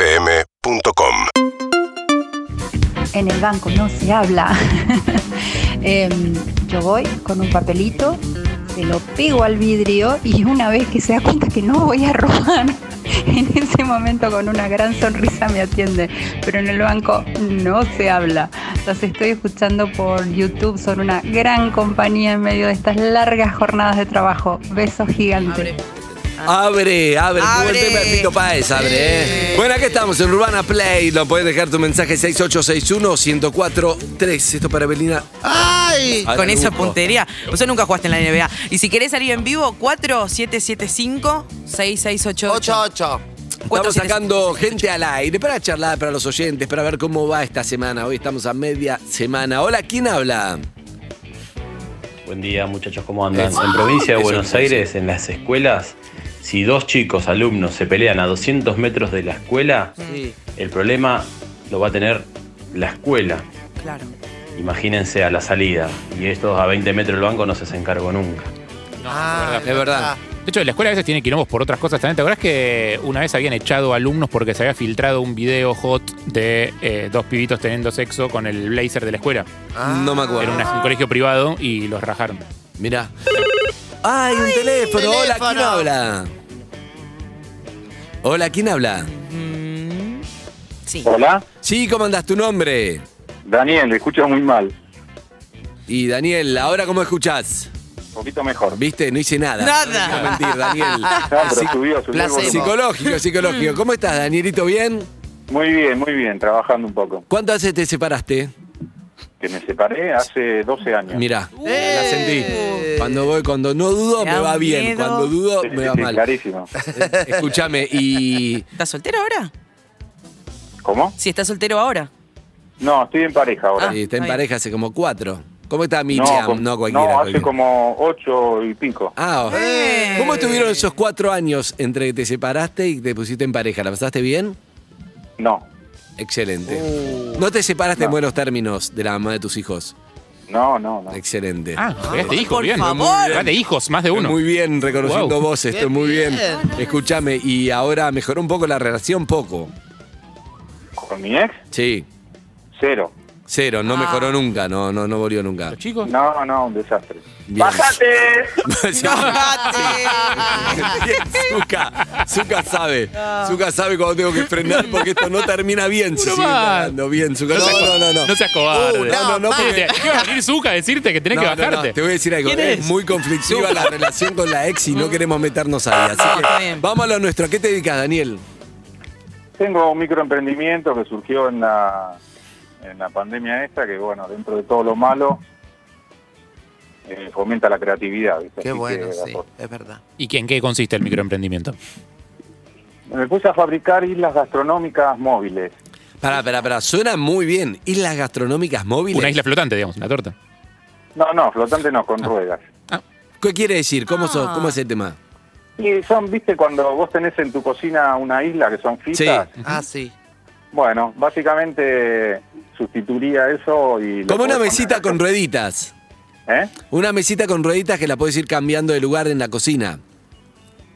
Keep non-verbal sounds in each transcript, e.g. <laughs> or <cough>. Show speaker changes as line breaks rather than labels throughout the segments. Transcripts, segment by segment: UrbanaPlayFM.com
en el banco no se habla. <laughs> Em, yo voy con un papelito, se lo pego al vidrio y una vez que se da cuenta que no voy a robar, <laughs> en ese momento con una gran sonrisa me atiende. Pero en el banco no se habla. Las estoy escuchando por YouTube, son una gran compañía en medio de estas largas jornadas de trabajo. Besos gigantes.
Abre, abre, como el
Abre.
tema de Pito Páez, abre, eh. Bueno, acá estamos en Urbana Play. Lo podés dejar tu mensaje 6861-1043. Esto para Belina.
¡Ay!
Ah,
Ahora
Con
lo
esa
busco.
puntería. Vos nunca jugaste en la NBA. Y si querés salir en vivo, 4775-6688.
8-8.
Estamos
4775.
sacando gente al aire para charlar, para los oyentes, para ver cómo va esta semana. Hoy estamos a media semana. Hola, ¿quién habla?
Buen día muchachos, ¿cómo andan?
Eso.
En provincia de
Eso
Buenos
es
Aires, en las escuelas, si dos chicos, alumnos, se pelean a 200 metros de la escuela,
Sí.
el problema lo va a tener la escuela.
Claro.
Imagínense a la salida. Y estos a 20 metros del banco no se hacen cargo nunca.
Ah,
Es verdad.
De hecho, la escuela a veces tiene quilombos por otras cosas también. ¿Te acordás que una vez habían echado alumnos porque se había filtrado un video hot de eh, dos pibitos teniendo sexo con el blazer de la escuela?
No me
Era
acuerdo.
una- un colegio privado y los rajaron.
Mirá. ¡Ay, un teléfono! Hola, ¿quién
teléfono.
habla? Hola, ¿quién habla?
Mm, sí.
Hola,
Sí, ¿cómo andás? ¿Tu nombre?
Daniel, le escucho muy mal.
Y Daniel, ¿ahora cómo escuchás?
Un poquito mejor.
¿Viste? No hice nada.
Nada.
No mentir,
<laughs>
Daniel.
Ah, pero
Sí,
subió, subió el
placebo.
volumen.
Psicológico, psicológico. ¿Cómo estás, Danielito? ¿Bien?
Muy bien, muy bien, trabajando un poco.
¿Cuánto hace te separaste?
Que me separé hace 12 años.
Mirá, la
Eh,
Uh,
sentí. Cuando voy, cuando no dudo,
Me
me
da
va
un
bien.
miedo.
Cuando dudo,
Sí, sí,
me va
sí,
mal. <laughs>
Clarísimo.
Escúchame, y
¿Estás soltero ahora?
¿Cómo?
Sí, estás soltero
<laughs>
ahora.
No, estoy en pareja ahora.
y eh, está en
está bien.
pareja hace como cuatro. ¿Cómo está
no,
Miriam? Ah, No,
con-
cualquiera.
no, hace
cualquiera.
como 8 y pico.
Ah, oh. ¿cómo estuvieron esos cuatro años entre que te separaste y te pusiste en pareja? ¿La pasaste bien?
No,
Excelente.
Uh.
No te separaste en buenos términos de la mamá de tus hijos.
no, no. no.
Excelente.
Ah, de hijos,
por
bien.
favor.
de hijos, más de uno.
Muy bien, reconociendo
Wow.
vos esto, muy bien. Escúchame, y ahora mejoró un poco la relación, poco.
¿Con mi ex?
Sí,
Cero.
cero, no mejoró nunca, no, no, no volvió nunca.
Los chicos.
No, no, un desastre.
Oh. Bien.
¡Bájate!
<laughs> Sí. Bien, Zuka, Zuka sabe, Zuka sabe cuando tengo que frenar porque esto no termina bien. Si
Uno
siguen
más.
hablando bien, Zuka. No,
seas
no,
co-
no, no.
no seas cobarde.
Uh, no, no, no,
Sí,
porque-
te- te iba a venir Zuka a decirte que tenés
No,
que
no, no,
bajarte.
te voy a decir algo.
¿Quién
Es
es?
muy conflictiva la relación con la ex y no queremos meternos ahí. Así
No,
que
está bien.
vamos a lo nuestro. ¿A qué te dedicas, Daniel?
Tengo un microemprendimiento que surgió en la, en la pandemia esta, que bueno, dentro de todo lo malo, eh, fomenta la creatividad. ¿viste?
Qué
Así
bueno,
que,
sí,
aporta.
es verdad.
¿Y qué- en qué consiste el microemprendimiento?
Me puse a fabricar islas gastronómicas móviles.
Pará, pará, pará. Suena muy bien. Islas gastronómicas móviles.
Una isla flotante, digamos, una torta.
No, no, flotante no, con ruedas.
¿Qué quiere decir? ¿Cómo, sos- ¿Cómo es el tema?
Y son, viste, cuando vos tenés en tu cocina una isla que son fritas.
Ah, sí.
Bueno, básicamente sustituiría eso y... lo
Como una
podés
mesita con
poner-
rueditas.
¿Eh?
Una mesita con rueditas que la puedes ir cambiando de lugar en la cocina.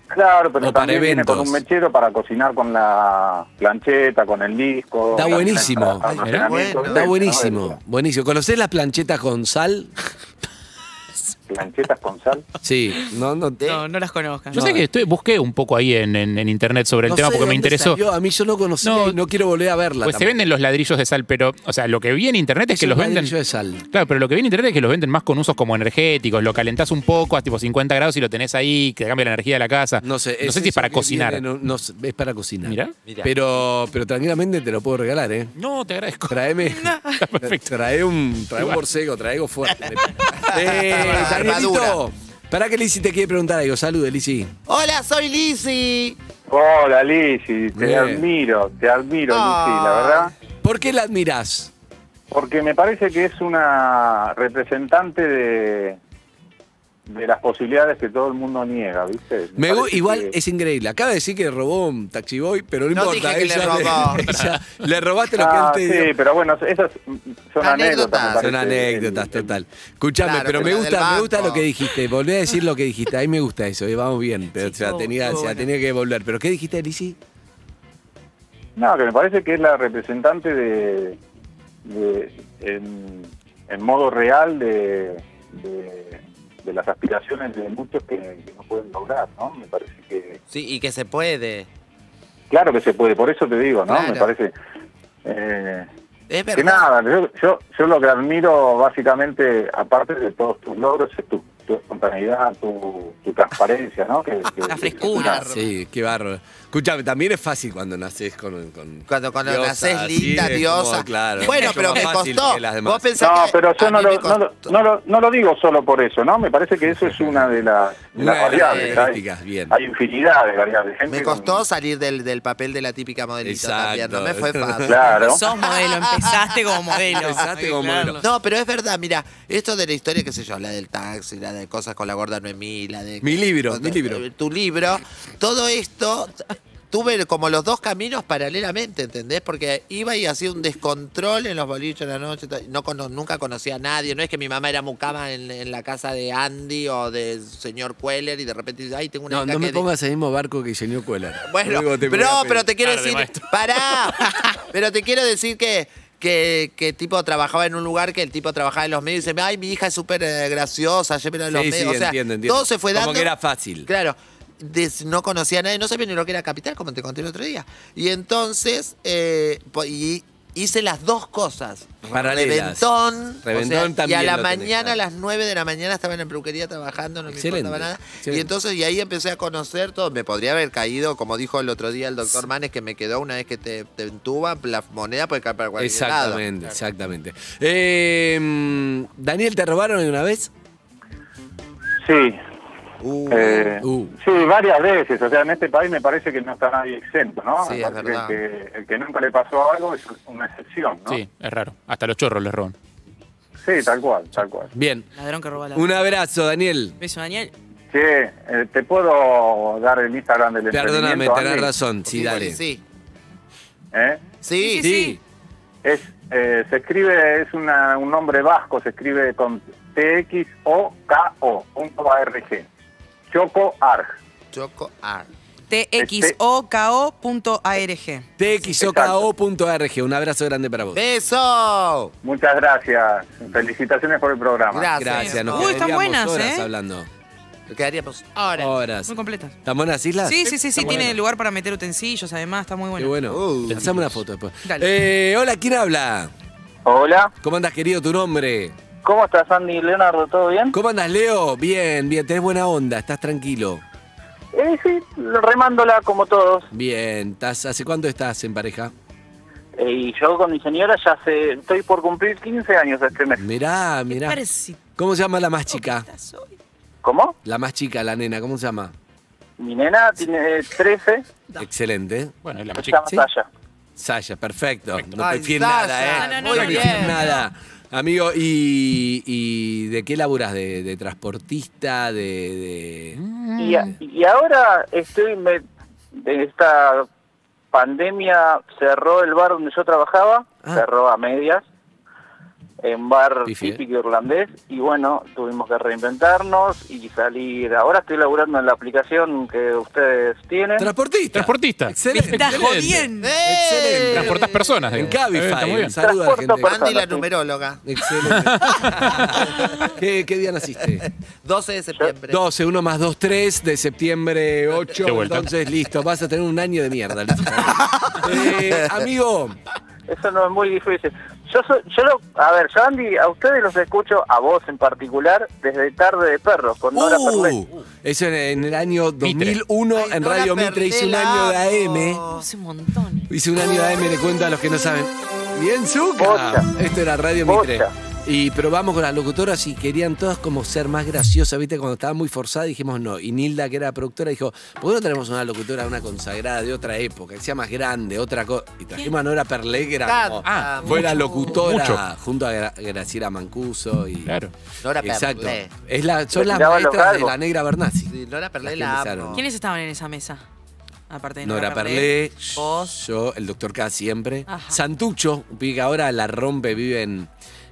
Claro, pero
O para
también viene con
eventos.
un mechero para cocinar con la plancheta, con el disco.
Está
También
buenísimo.
para- para
Ay,
almacenamiento,
bueno.
Está
¿no?
buenísimo, buenísimo. ¿Conocés las planchetas con sal?
Planchetas con sal.
Sí, no, no te.
No, no las conozcan.
Yo sé que estoy- busqué un poco ahí en, en- en internet sobre el
no
tema
sé de
porque me
dónde
interesó.
salió. A mí yo no conocía
No.
y no quiero volver a verla.
Pues se venden los ladrillos de sal, pero, o sea, lo que vi en internet es, que los venden.
de sal.
Claro, pero lo que vi en internet es que los venden más con usos como energéticos. Lo calentás un poco a tipo 50 grados y lo tenés ahí, que te cambia la energía de la casa.
No sé,
no sé si es
eso
para
que
cocinar.
viene, no- no sé, es para cocinar.
Mirá.
Pero, pero tranquilamente te lo puedo regalar, ¿eh?
No, te agradezco.
Traeme.
perfecto.
Trae un, trae un borcego, trae algo fuerte. eh,
Armadura.
Danielito, para que Lizzy te quiere preguntar algo. Salude, Lizzy.
Hola, soy Lizzy.
Hola, Lizzy, te
Bien.
admiro, te admiro, Lizzy, la
Ah.
verdad.
¿Por qué la admirás?
Porque me parece que es una representante de, de las posibilidades que todo el mundo niega, ¿viste?
Me gu-
parece
igual
que-
es increíble. Acaba de decir que robó un taxiboy, pero no,
No
importa.
dije que le
ella
robó.
<laughs> ella- le robaste lo
Ah,
que él te dio.
sí, pero bueno, esas son
Anécdotas.
anécdotas. me
Son
parece,
anécdotas,
el-
total. Escuchame,
Claro,
pero me
pero la
gusta,
del
me gusta
banco.
lo que dijiste. Volví a decir lo que dijiste. Ahí me gusta eso. eh, vamos bien. Pero,
Sí,
o sea,
estuvo-
tenía,
estuvo
o sea,
bueno.
tenía que volver. ¿Pero qué dijiste, Lizzy?
No, que me parece que es la representante de, de- en, en modo real de, de- de las aspiraciones de muchos que, que no pueden lograr, ¿no? Me parece que
Sí, y que se puede.
claro que se puede, por eso te digo, ¿no? Me
Claro.
parece eh,
Es
que
verdad.
nada, yo, yo, yo lo que admiro básicamente, aparte de todos tus logros, es tu, tu espontaneidad, tu, tu transparencia, ¿no? Que, que-
La frescura.
Sí, qué bárbaro. Escúchame, también es fácil cuando nacés con. con
Cuando, cuando
diosa,
nacés
así,
linda,
es como,
diosa.
claro,
bueno,
es
pero
más
me
fácil
costó.
que las demás.
Vos pensás
No,
que
pero
a
yo no
mí
lo,
me
no, lo-
costó.
no lo- no lo digo solo por eso, ¿no? Me parece que eso es una de, las- de
Una
las
de las
variables.
características,
Hay,
bien.
hay infinidad de variables. Gente
Me
con-
costó salir del, del papel de la típica modelita también, no me fue
Exacto.
fácil.
Claro.
Sos modelo, empezaste como modelo.
Empezaste
Hay que
como modelo.
aclararlo.
No, pero es verdad, mira, esto de la historia, qué sé yo, la del taxi, la de cosas con la gorda Noemí, la de...
Mi libro,
eh,
mi libro.
Tu libro, todo esto, tuve como los dos caminos paralelamente, ¿entendés? Porque iba y hacía un descontrol en los bolichos en la noche, ta- no cono- nunca conocía a nadie, no es que mi mamá era mucama en, en la casa de Andy o del señor Queller y de repente, dice, ay, tengo una
No,
hija
no me
que-
pongas el mismo barco que diseñó Cuelar.
bueno,
Luego te voy
pero,
a pedir.
pero te quiero
Tarde,
decir,
maestro.
<laughs>
pará, pero te quiero decir que, que, que tipo trabajaba en un lugar que el tipo trabajaba en los medios y dice, ay, mi hija es súper eh, graciosa, llévenla a los
Sí, sí,
medios. o sea,
entiendo, entiendo.
todo se fue
Como
dando.
que era fácil.
Claro. des- no conocía a nadie, no sabía ni lo que era capital, como te conté el otro día. Y entonces, eh, po- y hice las dos cosas.
Paralelas.
Reventón. o
Reventón
sea,
también
Y a la
lo tenés,
mañana, a
claro.
las 9 de la mañana, estaba en la peluquería trabajando, no
Excelente,
me importaba nada.
excelente.
Y entonces, y ahí empecé a conocer todo. Me podría haber caído, como dijo el otro día el doctor Manes, que me quedó una vez que te, te entuba, la moneda puede caer para cualquier lado.
Exactamente, exactamente. Eh, mm, Daniel, ¿te robaron una vez?
Sí.
Uh,
eh,
Uh.
Sí, varias veces. O sea, en este país me parece que no está nadie exento, ¿no?
Sí,
Me
es
parece
verdad.
que El que, el que nunca le pasó algo es una excepción, ¿no?
Sí, es raro. Hasta los chorros les roban.
Sí, tal cual, tal cual.
Bien.
Ladrón que roba la.
Un abrazo, Daniel.
Beso, Daniel.
Sí, eh, te puedo dar el Instagram del
Perdóname,
emprendimiento,
tenés
Andy?
razón. Sí, dale.
Sí.
¿Eh?
Sí.
Sí.
Es, eh, se escribe, es una- un nombre vasco, se escribe con TXOKO.org. Choco Arg.
Choco ah. Art.
TXOKO.arg.
TXOKO.org. Un abrazo grande para vos.
¡Beso!
Muchas gracias. Felicitaciones por el programa.
Gracias.
Gracias, nos
Uy, están
quedaríamos
buenas,
horas
¿eh?
hablando.
Quedaríamos ahora.
Horas.
Muy completas.
¿Están buenas islas?
Sí, sí, sí, sí,
Está
tiene
bueno.
lugar para meter utensilios, además, está muy
Qué
bueno.
bueno.
Uh.
Hacemos una foto después.
Dale.
Eh, hola, ¿quién habla?
Hola,
¿Cómo andas, querido? ¿Tu nombre?
¿cómo estás Andy y Leonardo? ¿Todo bien?
¿Cómo andas, Leo? Bien, bien. Tenés buena onda, estás tranquilo.
Eh, sí, remándola como todos.
Bien. ¿Estás, ¿Hace cuánto estás en pareja?
Eh, y yo con mi señora ya hace, estoy por cumplir 15 años este mes.
Mm. Mirá,
Qué
mirá.
parecido
¿Cómo se llama la más
que
chica?
estás hoy.
¿Cómo?
La más chica, la nena, ¿cómo se llama?
Mi nena tiene eh, 13,
Excelente.
Bueno, es la
se
más chica.
llama
¿sí?
Sasha.
Saya, perfecto. No
Ay,
te fíes
Sasha.
nada, ¿eh?
No, no, no,
te
muy
fíes
bien.
nada. Amigo, ¿y, y de qué laburas? ¿De, de transportista? ¿De, de-
Y,
Mm.
a- y ahora estoy, me, de esta pandemia cerró el bar donde yo trabajaba,
Ah.
cerró a medias, en bar
Pifi, ¿eh?
típico irlandés, y bueno, tuvimos que reinventarnos y salir. Ahora estoy laburando en la aplicación que ustedes tienen.
Transportista.
Transportista.
Excelente.
Me está
excelente.
jodiendo.
¡Eh!
Transportás personas.
En
digo. Está muy
Cabify.
bien.
Un saludo a la gente. de
Transporto
Andy, la
Personas, sí.
numeróloga.
Excelente.
<laughs>
¿Qué, qué día naciste?
12 de septiembre.
12, 1 más 2, 3 de septiembre 8.
De vuelta.
Entonces, listo, vas a tener un año de mierda.
<laughs>
listo. Eh, amigo,
Eso no es muy difícil. Yo, so- yo lo, a ver, yo Andy, a ustedes los escucho, a vos en particular, desde Tarde de Perros, con Nora Perlet.
uh, eso en, en el año
Mitre.
2001
Ay,
en
no la
Radio Mitre hice un
perdí,
año de
la
AM.
amo.
Hace un montón.
Hice un año de AM, le cuento a los que no saben. Bien, Zucca.
Bocha.
Esto era Radio
Bocha.
Mitre. Y probamos con las locutoras y querían todas como ser más graciosas, ¿viste? Cuando estaba muy forzada dijimos no. Y Nilda, que era productora, dijo, ¿por qué no tenemos una locutora, una consagrada de otra época, que sea más grande, otra cosa? Y trajimos a Nora Perlé, que era como-
Ah,
fue la
mucho.
locutora
Mucho.
junto a Gra- Graciela Mancuso. Y,
Claro.
Nora
Exacto.
Perlé.
Es la, son
Le
las
tiraban los
maestras de
galgos.
la negra Bernasi.
Sí, Nora Perlé
Las
la
que empezaron.
amo.
¿Quiénes estaban en esa mesa? Aparte de
Ah. Nora Perlé, yo, el doctor K siempre.
Ajá.
Santucho, un pibe que ahora la rompe, vive en,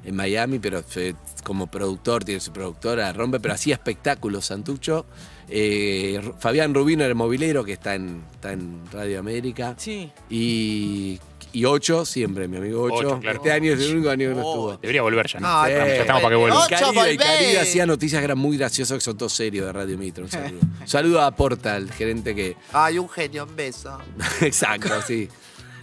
en Miami, pero eh, como productor, tiene su productora, rompe, pero hacía espectáculos Santucho. Eh, Ru- Fabián Rubino era movilero que está en, está en Radio América.
Sí.
Y, y Ocho, siempre, mi amigo Ocho.
Ocho, claro.
Este año es el único año que no estuvo.
Debería volver ya, ¿no?
No,
ya
eh,
Oh. Ah, estamos para que vuelva.
Ocho,
Carida, y
volvé.
Carida hacía noticias que eran muy graciosas, que son todos serios de Radio Mitro. Un
<laughs>
saludo. Un saludo a Porta, el gerente que.
Ay, un genio, un beso.
Exacto, sí.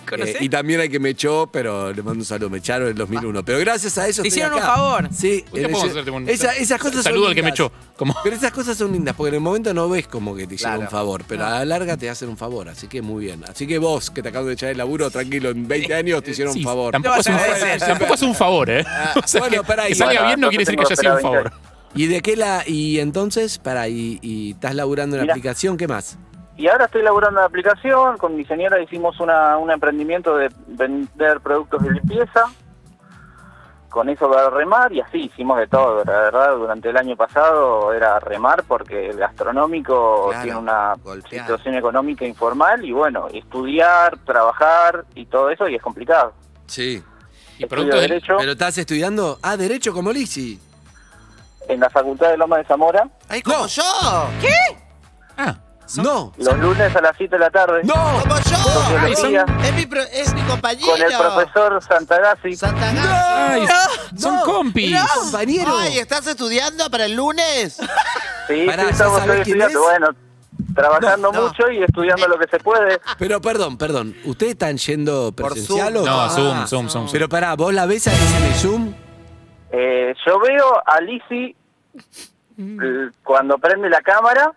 ¿Conocés?
Eh, y también hay que me echó, pero le mando un saludo. Me echaron en 2001. Pero gracias a eso.
Te
estoy
hicieron un
acá.
favor.
Sí,
Uy, ¿qué
en
podemos
ese-
hacerte un-
esa- esas cosas son
Saludo al que me
lindas.
echó. Como-
Pero esas cosas son lindas, porque en el momento no ves como que te hicieron
Claro.
un favor, pero a la larga te hacen un favor, así que muy bien. Así que vos, que te acabas de echar el laburo, tranquilo, en 20 años te hicieron un
Sí,
favor.
Tampoco, es un,
Te vas a agradecer.
tampoco es un favor, ¿eh? O sea,
Bueno,
que-
pará,
que
y-
salga
Bueno,
bien no quiere decir que haya
entonces
sido un
tengo que
favor.
esperar
¿Y de qué la.? Y entonces, para, y, y estás laburando en la
Mirá.
aplicación, ¿qué más?
Y ahora estoy laburando la aplicación, con mi señora hicimos una, un emprendimiento de vender productos de limpieza, con eso para remar y así hicimos de todo, la verdad, durante el año pasado era remar porque el gastronómico
Claro,
tiene una
golpeado.
situación económica informal y bueno, estudiar, trabajar y todo eso y es complicado.
Sí.
Y
Estudio
productos de-
Derecho
¿Pero estás estudiando? Ah, Derecho como Lizzy.
en la Facultad de Loma de Zamora,
Ay, como
No.
yo.
Ah,
No.
los lunes a las 7 de la tarde,
¡No!
Como
Ay,
yo.
son-
Es mi, pro- es mi compañero.
con el profesor Santagassi.
Santa
Ay,
Gaza.
son compis.
Compañero.
Ay, ¿estás estudiando para el lunes?
Sí,
Pará,
sí,
¿ya
estamos
sabés
estoy
quién
estudiando,
es?
bueno, trabajando
No, no.
mucho y estudiando lo que se
<laughs>
puede.
Pero perdón, perdón. ¿Ustedes están yendo
Por
presencial
Zoom.
o.?
No,
Ah.
Zoom, Zoom, Zoom.
Pero pará, ¿vos la ves a Lizzy en el Zoom?
Eh, yo veo a Lizzie eh, cuando prende la cámara,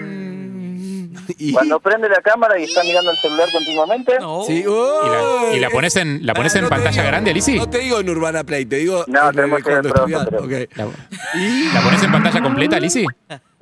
Mm. Y-
cuando prende la cámara y está mirando el celular continuamente. No,
No.
Sí, ¡oh!
¿Y la, y la pones en, la pones
Ah,
en
no te
pantalla
digo-
grande, Lizzy?
No te digo en Urbana Play, te digo.
No,
en-
tenemos que ir
cuando
al profe,
estudias,
pero-
ok.
La, ¿La pones en pantalla completa, Lizzy?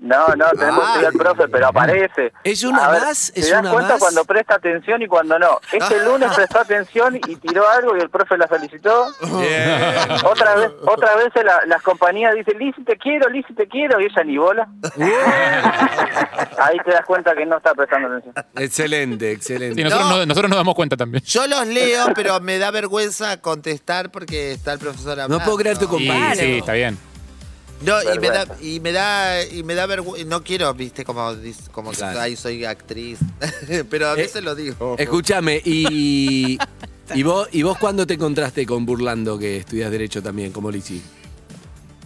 no, tenemos que ir al profe, pero aparece.
¿Es una
A ver,
más?
¿Te
¿Es
das
una
cuenta
más?
cuando presta atención y cuando no?
<laughs>
Este lunes prestó atención y tiró algo y el profe la
<laughs>
felicitó.
Bien.
Otra vez, otra vez la- las compañías dicen, Lizzie te quiero, Lizzie te quiero, y ella ni bola.
<laughs>
<laughs>
Ahí te das cuenta que no está prestando atención.
excelente, excelente.
Sí, nosotros,
No.
no- nosotros nos damos cuenta también.
Yo los leo,
<laughs>
pero me da vergüenza contestar porque está el profesor hablando.
No puedo creer tu
Y,
compañero.
sí, está bien.
No, y me da,
Vergüenza.
y me da, y me da vergüenza. No quiero, viste, como, dis- como que
Claro.
ay, soy actriz. <laughs> pero a
Eh,
veces lo digo.
Escúchame,
<laughs>
y. ¿Y vos, ¿Y vos cuándo te encontraste con Burlando que estudias Derecho también, como Lizzy?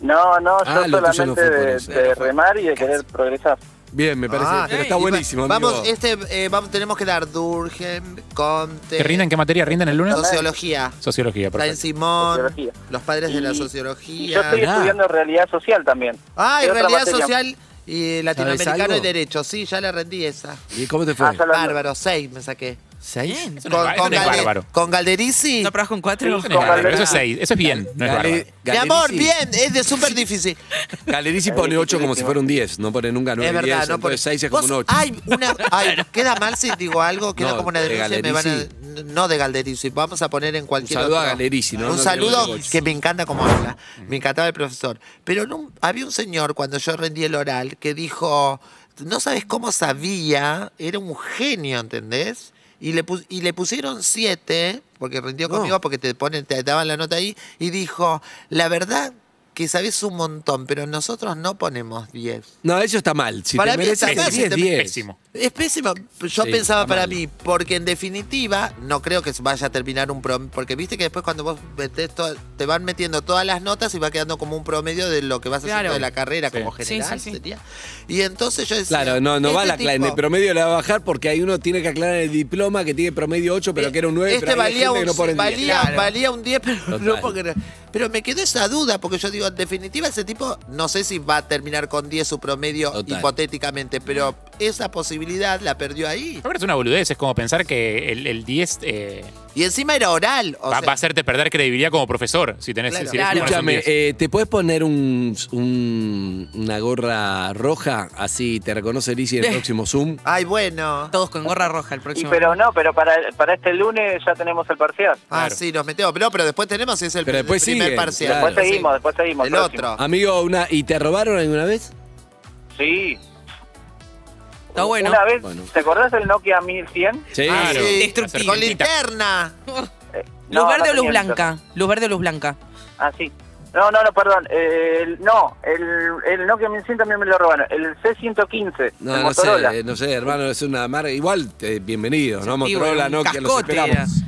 No, no,
Ah, lo
yo
tuyo no
solamente
fue por
de,
eso.
de remar y de querer progresar.
Bien, me parece.
Ah,
pero
Y
está
va-
buenísimo, amigo.
Vamos, este, eh, vamos, tenemos que dar Durgen, Conte,
¿Qué rinden? ¿Qué materia rinden el lunes?
Sociología.
Sociología,
Brian
perfecto.
Simón,
Sociología.
los padres de la
Y- y yo
sociología.
estoy
Mirá.
estudiando realidad social también.
Ah, y
¿Qué otra
realidad
materia?
social y latinoamericano
algo?
y derecho. Sí, ya la rendí esa.
¿Y cómo te fue?
Ah, ya la-
Bárbaro, seis me saqué.
¿Seis?
Eso no es ba- eso no es
Galde-
bárbaro.
con Galderici.
¿No probás con cuatro?
Eso no es
con
bárbaro,
Galera.
Eso es seis. Eso es bien, no
Gale-
es bárbaro.
Mi
Galerici-
amor, bien, es de súper difícil.
Galerici pone 8 como si fuera un 10, no pone nunca 9
Es verdad, no
entonces 6 es
Vos-
como un 8.
Ay,
<laughs>
una, ay, queda mal si digo algo, queda
No,
como una
de
denuncia y me van a. No de Galderici, vamos a poner en
Un
cualquier
saludo a
otro.
Galerici, ¿no?
Un
No Mm.
saludo
creo que-
que me encanta cómo habla. Me encantaba el profesor. Pero en un- había un señor cuando yo rendí el oral que dijo, no sabes cómo sabía, era un genio, ¿entendés? Y le, pus- y le pusieron siete, porque rindió
No.
conmigo, porque te ponen, te daban la nota ahí, y dijo, la verdad que sabes un montón, pero nosotros no ponemos 10.
No, eso está mal. Si
Para
te
mí
mereces
está
el
mal,
10,
te-
10.
Pésimo.
Es pésimo. Yo
Sí,
pensaba
está
para
mal.
mí, porque en definitiva, no creo que vaya a terminar un promedio. Porque viste que después cuando vos metés to- te van metiendo todas las notas y va quedando como un promedio de lo que vas haciendo
Claro.
de la carrera,
Sí.
como
Sí,
general
sí, sí.
sería. Y entonces yo decía.
Claro, no, no va
este
la clase. En el
tipo-
promedio la va a bajar porque hay uno que tiene que aclarar el diploma que tiene promedio 8, pero
eh,
que era un 9,
Este
pero hay
valía,
gente
un,
que no pone 10.
valía,
Claro.
valía un 10, pero no
Total.
porque no- Pero me quedó esa duda, porque yo digo, en definitiva, ese tipo, no sé si va a terminar con 10 su promedio
Total.
hipotéticamente, pero esa posibilidad la perdió ahí.
A ver, es una boludez, es como pensar que el, el 10 eh,
Y encima era oral. O
va,
sea,
va a hacerte perder credibilidad como profesor si tenés
Claro.
si le sumas un
Escúchame,
10.
eh, ¿te puedes poner un, un- una gorra roja? Así te reconoce Lizzie en el
Eh.
próximo Zoom.
Ay, bueno. Ah,
Todos con gorra roja el
Y
próximo.
pero no, pero para, para este lunes ya tenemos el parcial.
Ah,
Claro.
sí, nos metemos. Pero, pero después tenemos es el
Pero
pr-
después
primer
sigue,
parcial.
claro.
Después seguimos, después seguimos.
El
próximo.
otro.
Amigo, una, ¿y te robaron alguna vez?
Sí.
Está bueno.
Una vez,
Bueno.
¿te acordás del Nokia 1100?
Sí.
Ah,
Claro.
sí,
Destructivo.
Con linterna.
Eh, No,
verde
no
o luz
tenía
blanca? Luz verde o luz blanca.
Ah, sí. No, no, no, perdón. Eh, el- no, el, el Nokia 1100 también me lo robaron. El C115,
No,
el
no
Motorola.
sé, eh, no sé, hermano, es una marca. Igual, eh, bienvenidos, ¿no?
Sí,
Motorola,
bueno, un
Nokia, los
cascote era.
esperamos.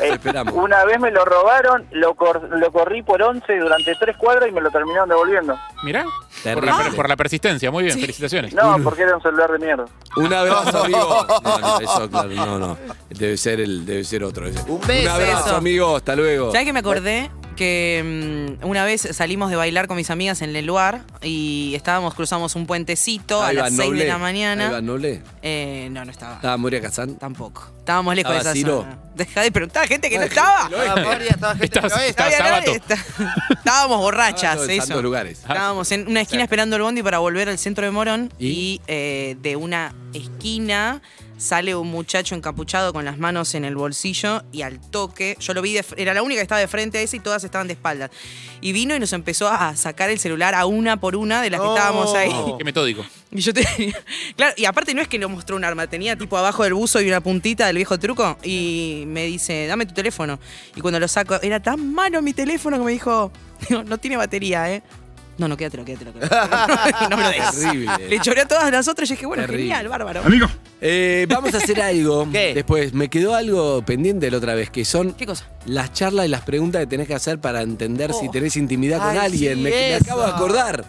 Eh,
esperamos.
Una vez me lo robaron, lo, cor- lo corrí por 11 durante tres cuadras y me lo terminaron devolviendo.
Mirá, por
eh, Terrible.
la, por la persistencia, muy bien, felicitaciones.
No, porque era un celular de mierda.
Un
<laughs>
abrazo, amigo. No, no, eso, claro, no, no. Debe ser, el, debe ser otro. ese.
Un beso.
abrazo,
Eso.
amigo. Hasta luego.
¿Sabes que me acordé? Que mm, una vez salimos de bailar con mis amigas en el lugar y estábamos, cruzamos un puentecito
Ahí
a
va
las 6 de
Noble.
la mañana.
Ahí va Noble.
Eh, no, no estaba.
Estaba Moria Kazán.
Tampoco. Estábamos lejos de
Estaba
esa
Ciro.
zona. Deja de preguntar a gente que no estaba.
Estaba Moria, estaba gente
Estás-
del oeste.
estás-
había nadie,
Sábato.
está- <laughs> Estábamos borrachas,
Hablando Ah, de
eso.
tantos lugares.
Estábamos en una esquina esperando el bondi para volver al centro de Morón
¿Y?
y, eh, de una esquina sale un muchacho encapuchado con las manos en el bolsillo y al toque, yo lo vi, de fr- era la única que estaba de frente a esa y todas estaban de espaldas. Y vino y nos empezó a sacar el celular a una por una de las que estábamos ahí.
Qué metódico.
Y yo te... Claro, y aparte no es que le mostró un arma, tenía tipo abajo del buzo y una puntita del viejo truco. Y me dice, dame tu teléfono. Y cuando lo saco, era tan malo mi teléfono que me dijo, no, no tiene batería, ¿eh? No, no, quédatelo, quédatelo. quédatelo. no me lo des. Le
Terrible.
choré a todas las otras y dije, bueno,
Terrible.
genial, bárbaro.
Eh, vamos a hacer
<laughs>
algo.
¿Qué?
Después, me quedó algo pendiente la otra vez, que son
¿Qué cosa?
las charlas y las preguntas que tenés que hacer para entender si
Oh.
tenés intimidad con
Ay,
alguien.
sí,
me, me
eso.
acabo de acordar.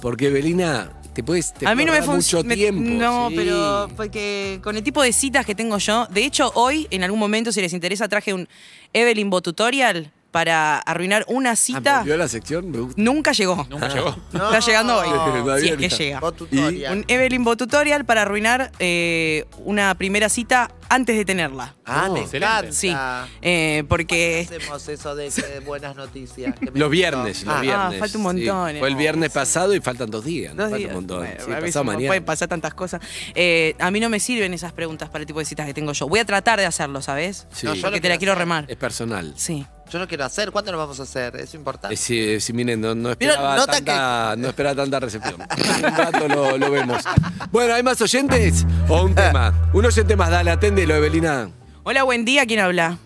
Porque, Belina, te puedes. Te
a mí no
puede
me
ahorrar
funciona.
mucho tiempo.
No,
sí. Ah,
pero porque con el tipo de citas que tengo yo, de hecho hoy en algún momento si les interesa traje un Evelyn Botutorial para arruinar una
Ah,
cita.
¿Volvió la sección? Me gusta.
Nunca llegó.
Nunca
Ah. <laughs>
llegó.
<laughs> Está llegando
<laughs> No.
hoy. Si es
Todavía
que
no
llega.
Vos tutoria.
Un Evelyn Bo tutorial para arruinar eh, una primera cita antes de tenerla.
Ah, me
Uh, Excelente.
encanta.
Sí. Eh, porque.
Hacemos eso de que buenas noticias. que me
Los
gustó.
viernes, los
Ah,
viernes.
falta un montón,
Fue el
hermoso.
viernes pasado y faltan dos días. ¿no?
Dos
falta
días.
un montón.
Bueno,
sí,
bravísimo,
pasado mañana.
Pueden pasar tantas cosas. Eh, a mí no me sirven esas preguntas para el tipo de citas que tengo yo. Voy a tratar de hacerlo, ¿sabes?
Sí.
No, yo
Porque
lo
te la
quiero
quiero
hacer.
remar.
Es personal.
Sí.
Yo no quiero hacer. ¿Cuándo lo vamos a hacer? Es importante.
Es, eh, sí, miren, no, no esperaba
nota
tanta, no esperaba tanta recepción. En un rato lo, lo vemos. Bueno, ¿hay más oyentes? O un tema. Un oyente más, dale, aténdelo, Evelina.
Hola, buen día. ¿Quién habla?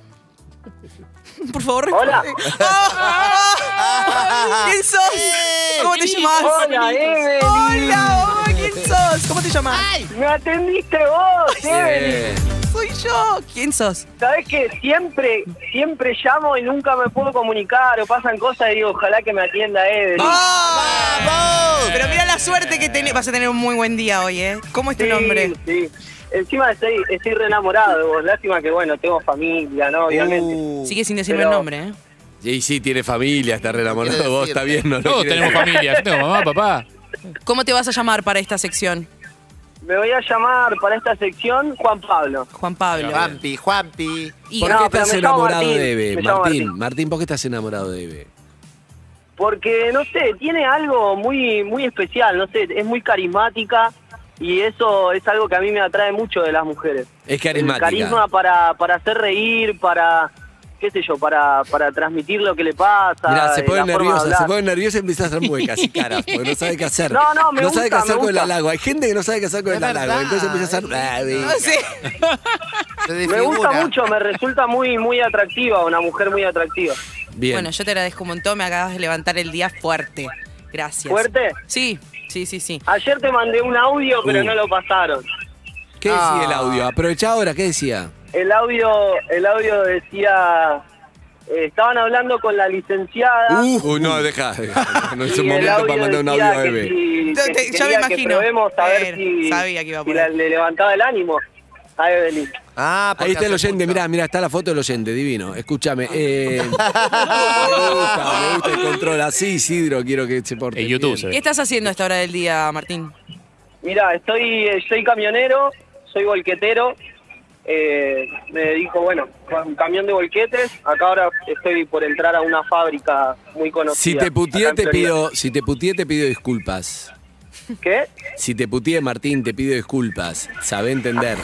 <laughs> Por favor,
Hola.
responde. Ah, <laughs> ¿Quién sos? ¿Cómo te llamás?
Hola, Evelyn.
Hola, oh, ¿quién sos? ¿Cómo te llamás?
¡Me atendiste vos, Evelyn!
Eh,
Soy yo. ¿Quién sos?
Sabes que siempre, siempre llamo y nunca me puedo comunicar o pasan cosas y digo, ojalá que me atienda Evelyn.
Ah, ¡Vamos! ¡Oh! Pero mira la suerte que tenés. Vas a tener un muy buen día hoy, ¿eh? ¿Cómo es tu
Sí,
nombre?
sí. Encima estoy, estoy re enamorado de vos. Lástima que, bueno, tengo familia, ¿no? Obviamente.
Uh.
Uh.
Sigue sin decirme el
Uh, Pero-
nombre, ¿eh?
y sí, tiene familia, está re enamorado.
Quiere
Vos está bien, no lo
Todos
quiere
tenemos
decir.
familia. Yo tengo mamá, papá.
¿Cómo te vas a llamar para esta sección,
Me voy a llamar para esta sección Juan Pablo.
Juan Pablo?
Juanpi, Juanpi.
Y-
¿Por
No,
qué
pero
estás
me llamo
enamorado
Martín,
de Eve?
me llamo
Martín,
Martín.
Martín, ¿por qué estás enamorado de Eve?
Porque, no sé, tiene algo muy, muy especial, no sé, es muy carismática y eso es algo que a mí me atrae mucho de las mujeres.
Es
El
carismática.
carisma para, para hacer reír, para, qué sé yo, para, para transmitir lo que le pasa.
Mirá, se
eh,
pone
la forma de
nerviosa, se
hablar.
pone nerviosa y empieza a hacer muecas y caras, porque no sabe qué hacer.
No, no,
sabe
me
qué
gusta,
hacer
me
con el
gusta.
halago. Hay gente que no sabe qué hacer con
Es
el halago,
verdad,
entonces empieza a hacer.
es
"Ah,
lindo".
venga".
No sé.
Se
Me
desfigura.
gusta mucho, me resulta muy, muy atractiva, una mujer muy atractiva.
Bien.
Bueno, yo te agradezco un montón. Me acabas de levantar el día fuerte. Gracias.
¿Fuerte?
Sí, sí, sí, sí.
Ayer te mandé un audio, pero
Uh.
no lo pasaron.
¿Qué
Ah.
decía el audio? Aprovechá ahora, ¿qué decía?
El audio, el audio decía, eh, estaban hablando con la licenciada.
Uh, no, deja. <laughs> No Uh, es un
y el
momento para mandar un audio
decía
a
que
Eve.
si-
Yo
que
te- ya
si
me
quería
imagino.
Que probemos a
Era,
ver si,
sabía que iba a
si
poner.
la- le levantaba el ánimo a Evelyn.
Ah, porque
Ahí está el
hace
oyente,
mucho.
mirá, mirá, está la foto del oyente, divino. Escúchame. eh, <laughs> me gusta, me gusta el control. Así, Isidro, quiero que se porte.
En YouTube
bien.
se
¿Qué
ve.
estás haciendo a esta hora del día, Martín?
Mira, estoy, eh, soy camionero, soy volquetero. eh, me dedico, bueno, a un camión de volquetes. Acá ahora estoy por entrar a una fábrica muy
Si
conocida.
te
acá
putié,
en
te
Florida.
pido, si te putié, te pido disculpas.
¿Qué?
Si te putié, Martín, te pido disculpas. Sabe entender.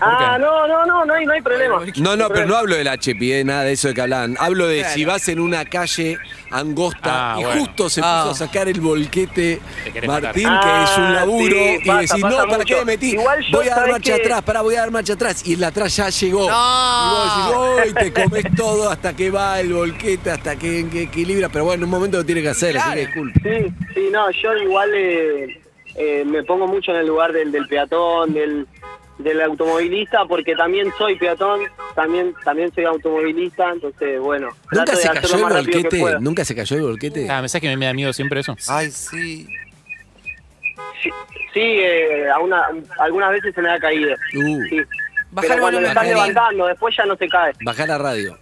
Ah, no, no, no, no hay, no hay problema.
No, no, pero no hablo del HPI, nada de eso de que hablaban. Hablo de si vas en una calle angosta
Ah,
y
bueno.
justo se
Ah.
puso a sacar el volquete
Te querés
Martín,
matar.
que es un
Ah,
laburo,
sí,
y
pasa,
decís, no,
pasa
¿para qué
mucho.
me metí?
Igual yo,
voy a dar
¿sabés
marcha
qué?
atrás, pará, voy a dar marcha atrás. Y el de atrás ya llegó. Y
¡No!
vos decís, "Uy, te comes todo hasta que va el volquete, hasta que, que equilibra. Pero bueno, en un momento lo tiene que hacer, así que disculpe.
Sí, sí, no, yo igual eh, eh, me pongo mucho en el lugar del, del peatón, del, del automovilista, porque también soy peatón, también también soy automovilista, entonces, bueno, trato
¿Nunca
de
se
hacerlo
cayó el
más rápido que
volquete?
pueda.
¿Nunca se cayó el volquete?
Ah, ¿me sabes que me, me da miedo siempre eso?
Ah,
Ay, sí.
Sí, sí, eh, a una- algunas veces se me ha caído.
Uh.
Sí.
Baja
Pero
el
cuando lo
volumen,
estás
María.
levantando, después ya no se cae.
Bajá la radio.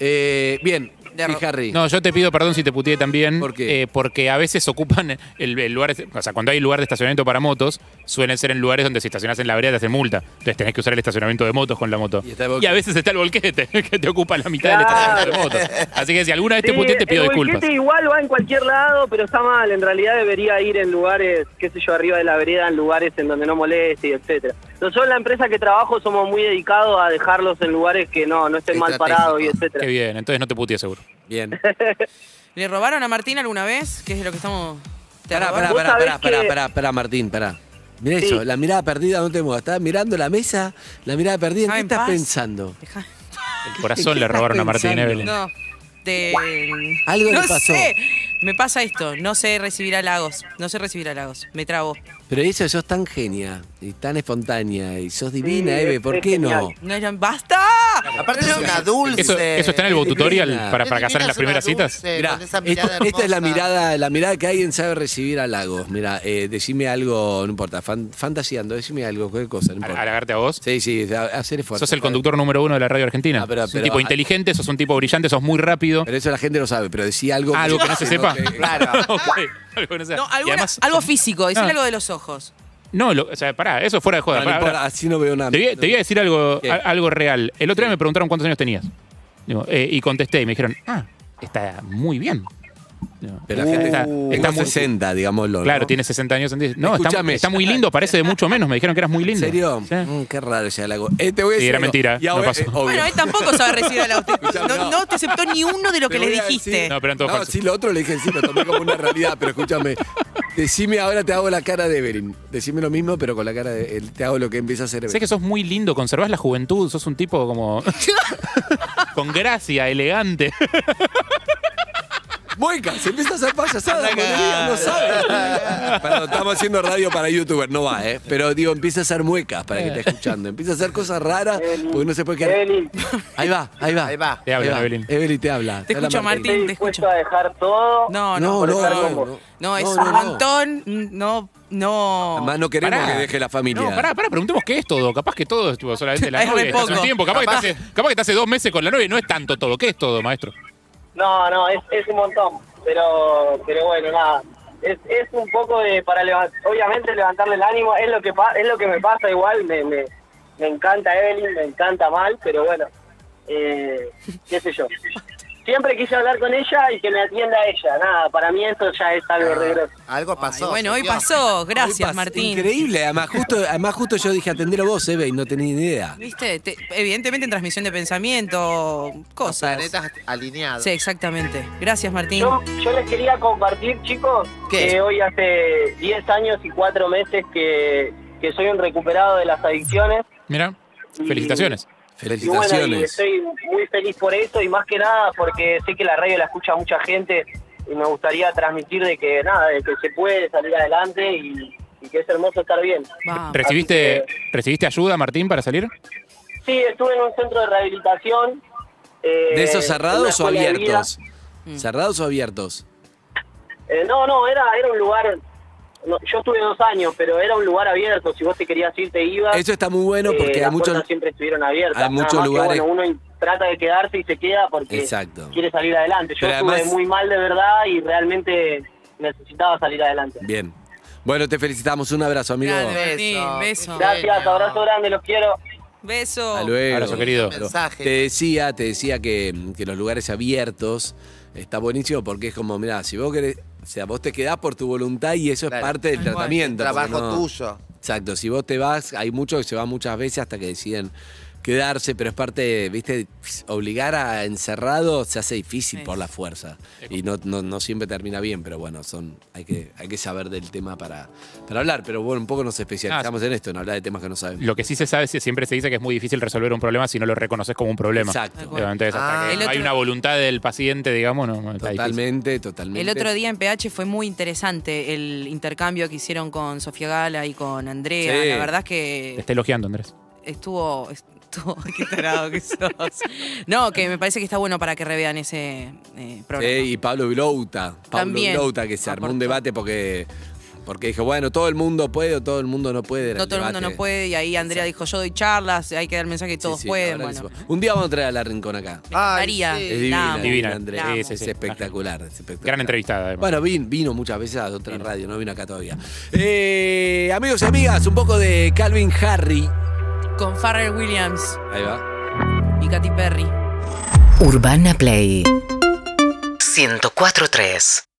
Eh, bien,
De
y
ro-
Harry.
No, yo te pido perdón si te puteé también.
¿Por qué?
eh, porque a veces ocupan el, el lugar, o sea, cuando hay lugar de estacionamiento para motos, suelen ser en lugares donde si estacionas en la vereda te hacen multa. Entonces tenés que usar el estacionamiento de motos con la moto.
Y está el volquete.
a veces está el <laughs> volquete, que te ocupa la mitad del
Claro.
estacionamiento de motos. Así que si alguna vez te
Sí,
puteé, te pido
el
Este disculpas.
volquete igual va en cualquier lado, pero está mal. En realidad debería ir en lugares, qué sé yo, arriba de la vereda, en lugares en donde no moleste y etcétera. Nosotros en la empresa que trabajo somos muy dedicados a dejarlos en lugares que no, no estén mal
Estratégico.
parados y
Qué
etcétera.
bien, entonces no te puteé seguro.
<laughs>
Bien.
¿Le robaron a Martín alguna vez? ¿Qué es de lo que estamos.? ¿Te
Pará,
robaron?
pará,
Vos
pará,
sabés
pará, pará,
que-
pará, pará, Martín, pará. Mirá
Sí.
eso, la mirada perdida no te muevas. Estaba mirando la mesa, la mirada perdida. ¿En
Ah,
qué
en
estás
paz.
pensando?
Dejá-
El
¿En qué
corazón le robaron a
estás
Martín
pensando?
Evelyn.
No. Te-
Algo le
no
pasó.
Sé. Me pasa esto. No sé recibir halagos. No sé recibir halagos. Me trabo.
Pero eso, sos tan genia y tan espontánea y sos divina,
Sí,
Eve,
es-
¿por
es
qué no?
genial.
No, no, ¡Basta!
Aparte es una dulce.
Eso, eso está en el
Divina.
tutorial para
Qué
fracasar
divina
en
es una
las primeras citas.
eh,
dulce,
Mirá,
Eh, con esa
esto-
mirada
esta es la
hermosa.
mirada, la mirada que alguien sabe recibir halagos. Mira, eh, decime algo, no importa, fan- fantaseando, decime algo, cualquier cosa, no
Al-
importa.
Halagarte a vos.
Sí, sí, a- hacer esfuerzo.
Sos el conductor número uno de la radio argentina.
Ah, pero-
Sos un
pero-
tipo inteligente, sos un tipo brillante, sos muy rápido.
Pero eso la gente no sabe, pero decía algo.
Ah, algo que no se sepa. <laughs>
Claro.
Ok, algo que no sea.
No,
Y
alguna-
además-
algo físico. Decir
Ah.
algo de los ojos.
No, lo- o sea, pará, eso fuera de joda.
Bueno, no
pará,
importa,
pará.
así no veo nada.
Te voy, a- te voy a decir algo,
¿Qué?
a- algo real. El otro día me preguntaron cuántos años tenías. Digo, eh, y contesté y me dijeron, ah, está muy bien. Digo,
Pero la gente
está,
tengo
está muy
60, digámoslo. ¿no?
Claro, tiene 60 años. en diez- No, está,
Escúchame.
está muy lindo, parece de mucho menos. Me dijeron que eras muy
¿En
lindo.
serio?
Sí.
Mm, qué raro ese halago. Eh, te voy a
Sí,
decir
era
algo.
mentira,
Y
no
ahora-
pasó.
eh, obvio.
Bueno, él tampoco sabe recibir halagos.
Escuchame,
No,
no.
no te aceptó ni uno de lo que
Te
le
voy a
dijiste.
decir-
No, pero eran todos
No,
falsos.
sí, lo otro le dije sí, lo tomé como una realidad, pero escúchame. Decime ahora, te hago la cara de Evelyn. Decime lo mismo, pero con la cara de. él. Te hago lo que empieza a hacer
Sé
Evelyn.
que sos muy lindo, conservás la juventud, sos un tipo <laughs> como. con gracia, elegante.
Mueca, se empieza a hacer payasada, monería, no sabe. Perdón, estamos haciendo radio para youtuber, no va, ¿eh? Pero digo, empieza a hacer muecas para que esté escuchando. Empieza a hacer cosas raras porque no se puede quedar.
Evelyn,
Ahí va, ahí va.
Ahí va.
Te hablan, Evelyn.
Evelyn te habla.
Te
habla
escucho, Martín.
estoy
te
dispuesto
escucho.
a dejar todo.
No,
No,
no,
no,
por favor.
no, no.
No, es
No, no,
un
no.
montón. No, no.
Además, no queremos
Pará.
que deje la familia.
No, pará, pará, preguntemos qué es todo. Capaz que todo estuvo solamente la
Es re
novia. Hace un
poco.
tiempo, capaz,
Capaz-
Que te hace, capaz que te hace dos meses con la novia y no es tanto todo. ¿Qué es todo, maestro?
No, no, es, es un montón. Pero, pero bueno, nada. Es, es un poco de para levan- obviamente levantarle el ánimo es lo que pa- es lo que me pasa igual me, me, me encanta Evelyn me encanta mal pero bueno eh, qué sé yo siempre quise hablar con ella y que me atienda ella nada para mí eso ya es algo re grosso.
Algo
Ay,
pasó.
bueno, hoy
Dios.
pasó. Gracias,
Hoy pasó-
Martín.
Increíble, además justo, además justo yo dije atender a vos, Eve, y no tenía ni idea.
¿Viste? Te- evidentemente en transmisión de pensamiento,
Los
cosas.
planetas alineados.
Sí, exactamente. Gracias, Martín.
Yo, yo les quería compartir, chicos,
¿Qué?
que hoy hace 10 años y 4 meses que, que soy un recuperado de las adicciones.
Mira, felicitaciones.
Y bueno, y
Felicitaciones.
estoy muy feliz por eso y más que nada porque sé que la radio la escucha mucha gente y me gustaría transmitir de que nada, de que se puede salir adelante y, y que es hermoso estar bien.
Vamos.
¿Recibiste,
Así
¿Recibiste ayuda, Martín, para salir?
Sí, estuve en un centro de rehabilitación. eh,
¿De esos
una
cerrados o
escuela de vida.
abiertos?
Mm.
¿Cerrados o abiertos?
Eh, no, no, era, era un lugar... no, yo estuve dos años, pero era un lugar abierto. Si vos te querías ir, te ibas.
Eso está muy bueno
Eh,
porque hay
las
muchos.
puertas siempre estuvieron abiertas.
hay
Nada
muchos
más que,
lugares-
bueno, uno in- trata de quedarse y se queda porque
Exacto.
quiere salir adelante. Yo
Pero
estuve
además-
muy mal de verdad y realmente necesitaba salir adelante.
Bien. Bueno, te felicitamos. Un abrazo, amigo.
Grande, Martín. Beso.
Gracias, abrazo grande, los quiero.
Beso.
Hasta luego.
Abrazo, querido.
Mensaje.
Te decía, te decía que, que los lugares abiertos está buenísimo porque es como, mirá, si vos querés. O sea, vos te quedás por tu voluntad y eso
Claro.
es parte del
Tal cual.
tratamiento. porque
Trabajo
no-
tuyo.
Exacto, si vos te vas, hay muchos que se van muchas veces hasta que deciden quedarse, pero es parte, viste, obligar a encerrado se hace difícil
Sí.
por la fuerza. Y no, no, no siempre termina bien, pero bueno, son, hay que, hay que saber del tema para, para hablar. Pero bueno, un poco nos especializamos en esto, en hablar de temas que no sabemos.
Ah, Lo que sí se sabe, si- siempre se dice que es muy difícil resolver un problema si no lo reconoces como un problema.
Exacto.
Tal cual.
Entonces, hasta
Ah.
que
El
no hay
otro-
una voluntad del paciente, digamos, no, está difícil.
Totalmente, totalmente.
El otro día en PH fue muy interesante el intercambio que hicieron con Sofía Gala y con Andrea.
Sí.
La verdad es
Te
que
está elogiando, Andrés.
estuvo. estuvo <laughs> qué tarado que sos. No, que me parece que está bueno para que revean ese eh, programa.
Sí, y Pablo Vilouta. Pablo
También.
Vilouta, que se armó un
Aportó.
debate porque, porque dijo, bueno, todo el mundo puede o todo el mundo no puede. era
no
el
todo el mundo
debate.
no puede. Y ahí Andrea dijo: Yo doy charlas, hay que dar mensaje que
Sí,
todos
sí, la
pueden.
verdad que
Bueno,
sí. Un día vamos a traer a la rincón acá.
Ay,
María,
sí.
Es divina,
la amo.
divina,
Andrea.
La amo.
Sí, sí,
es
sí.
espectacular, es espectacular.
Gran entrevistada, además.
Bueno, vin- vino muchas veces a otra radio, no vino acá todavía. Eh, amigos y amigas, un poco de Calvin Harry.
Con Farrell Williams
Ahí va.
y Katy Perry.
Urbana Play 104.3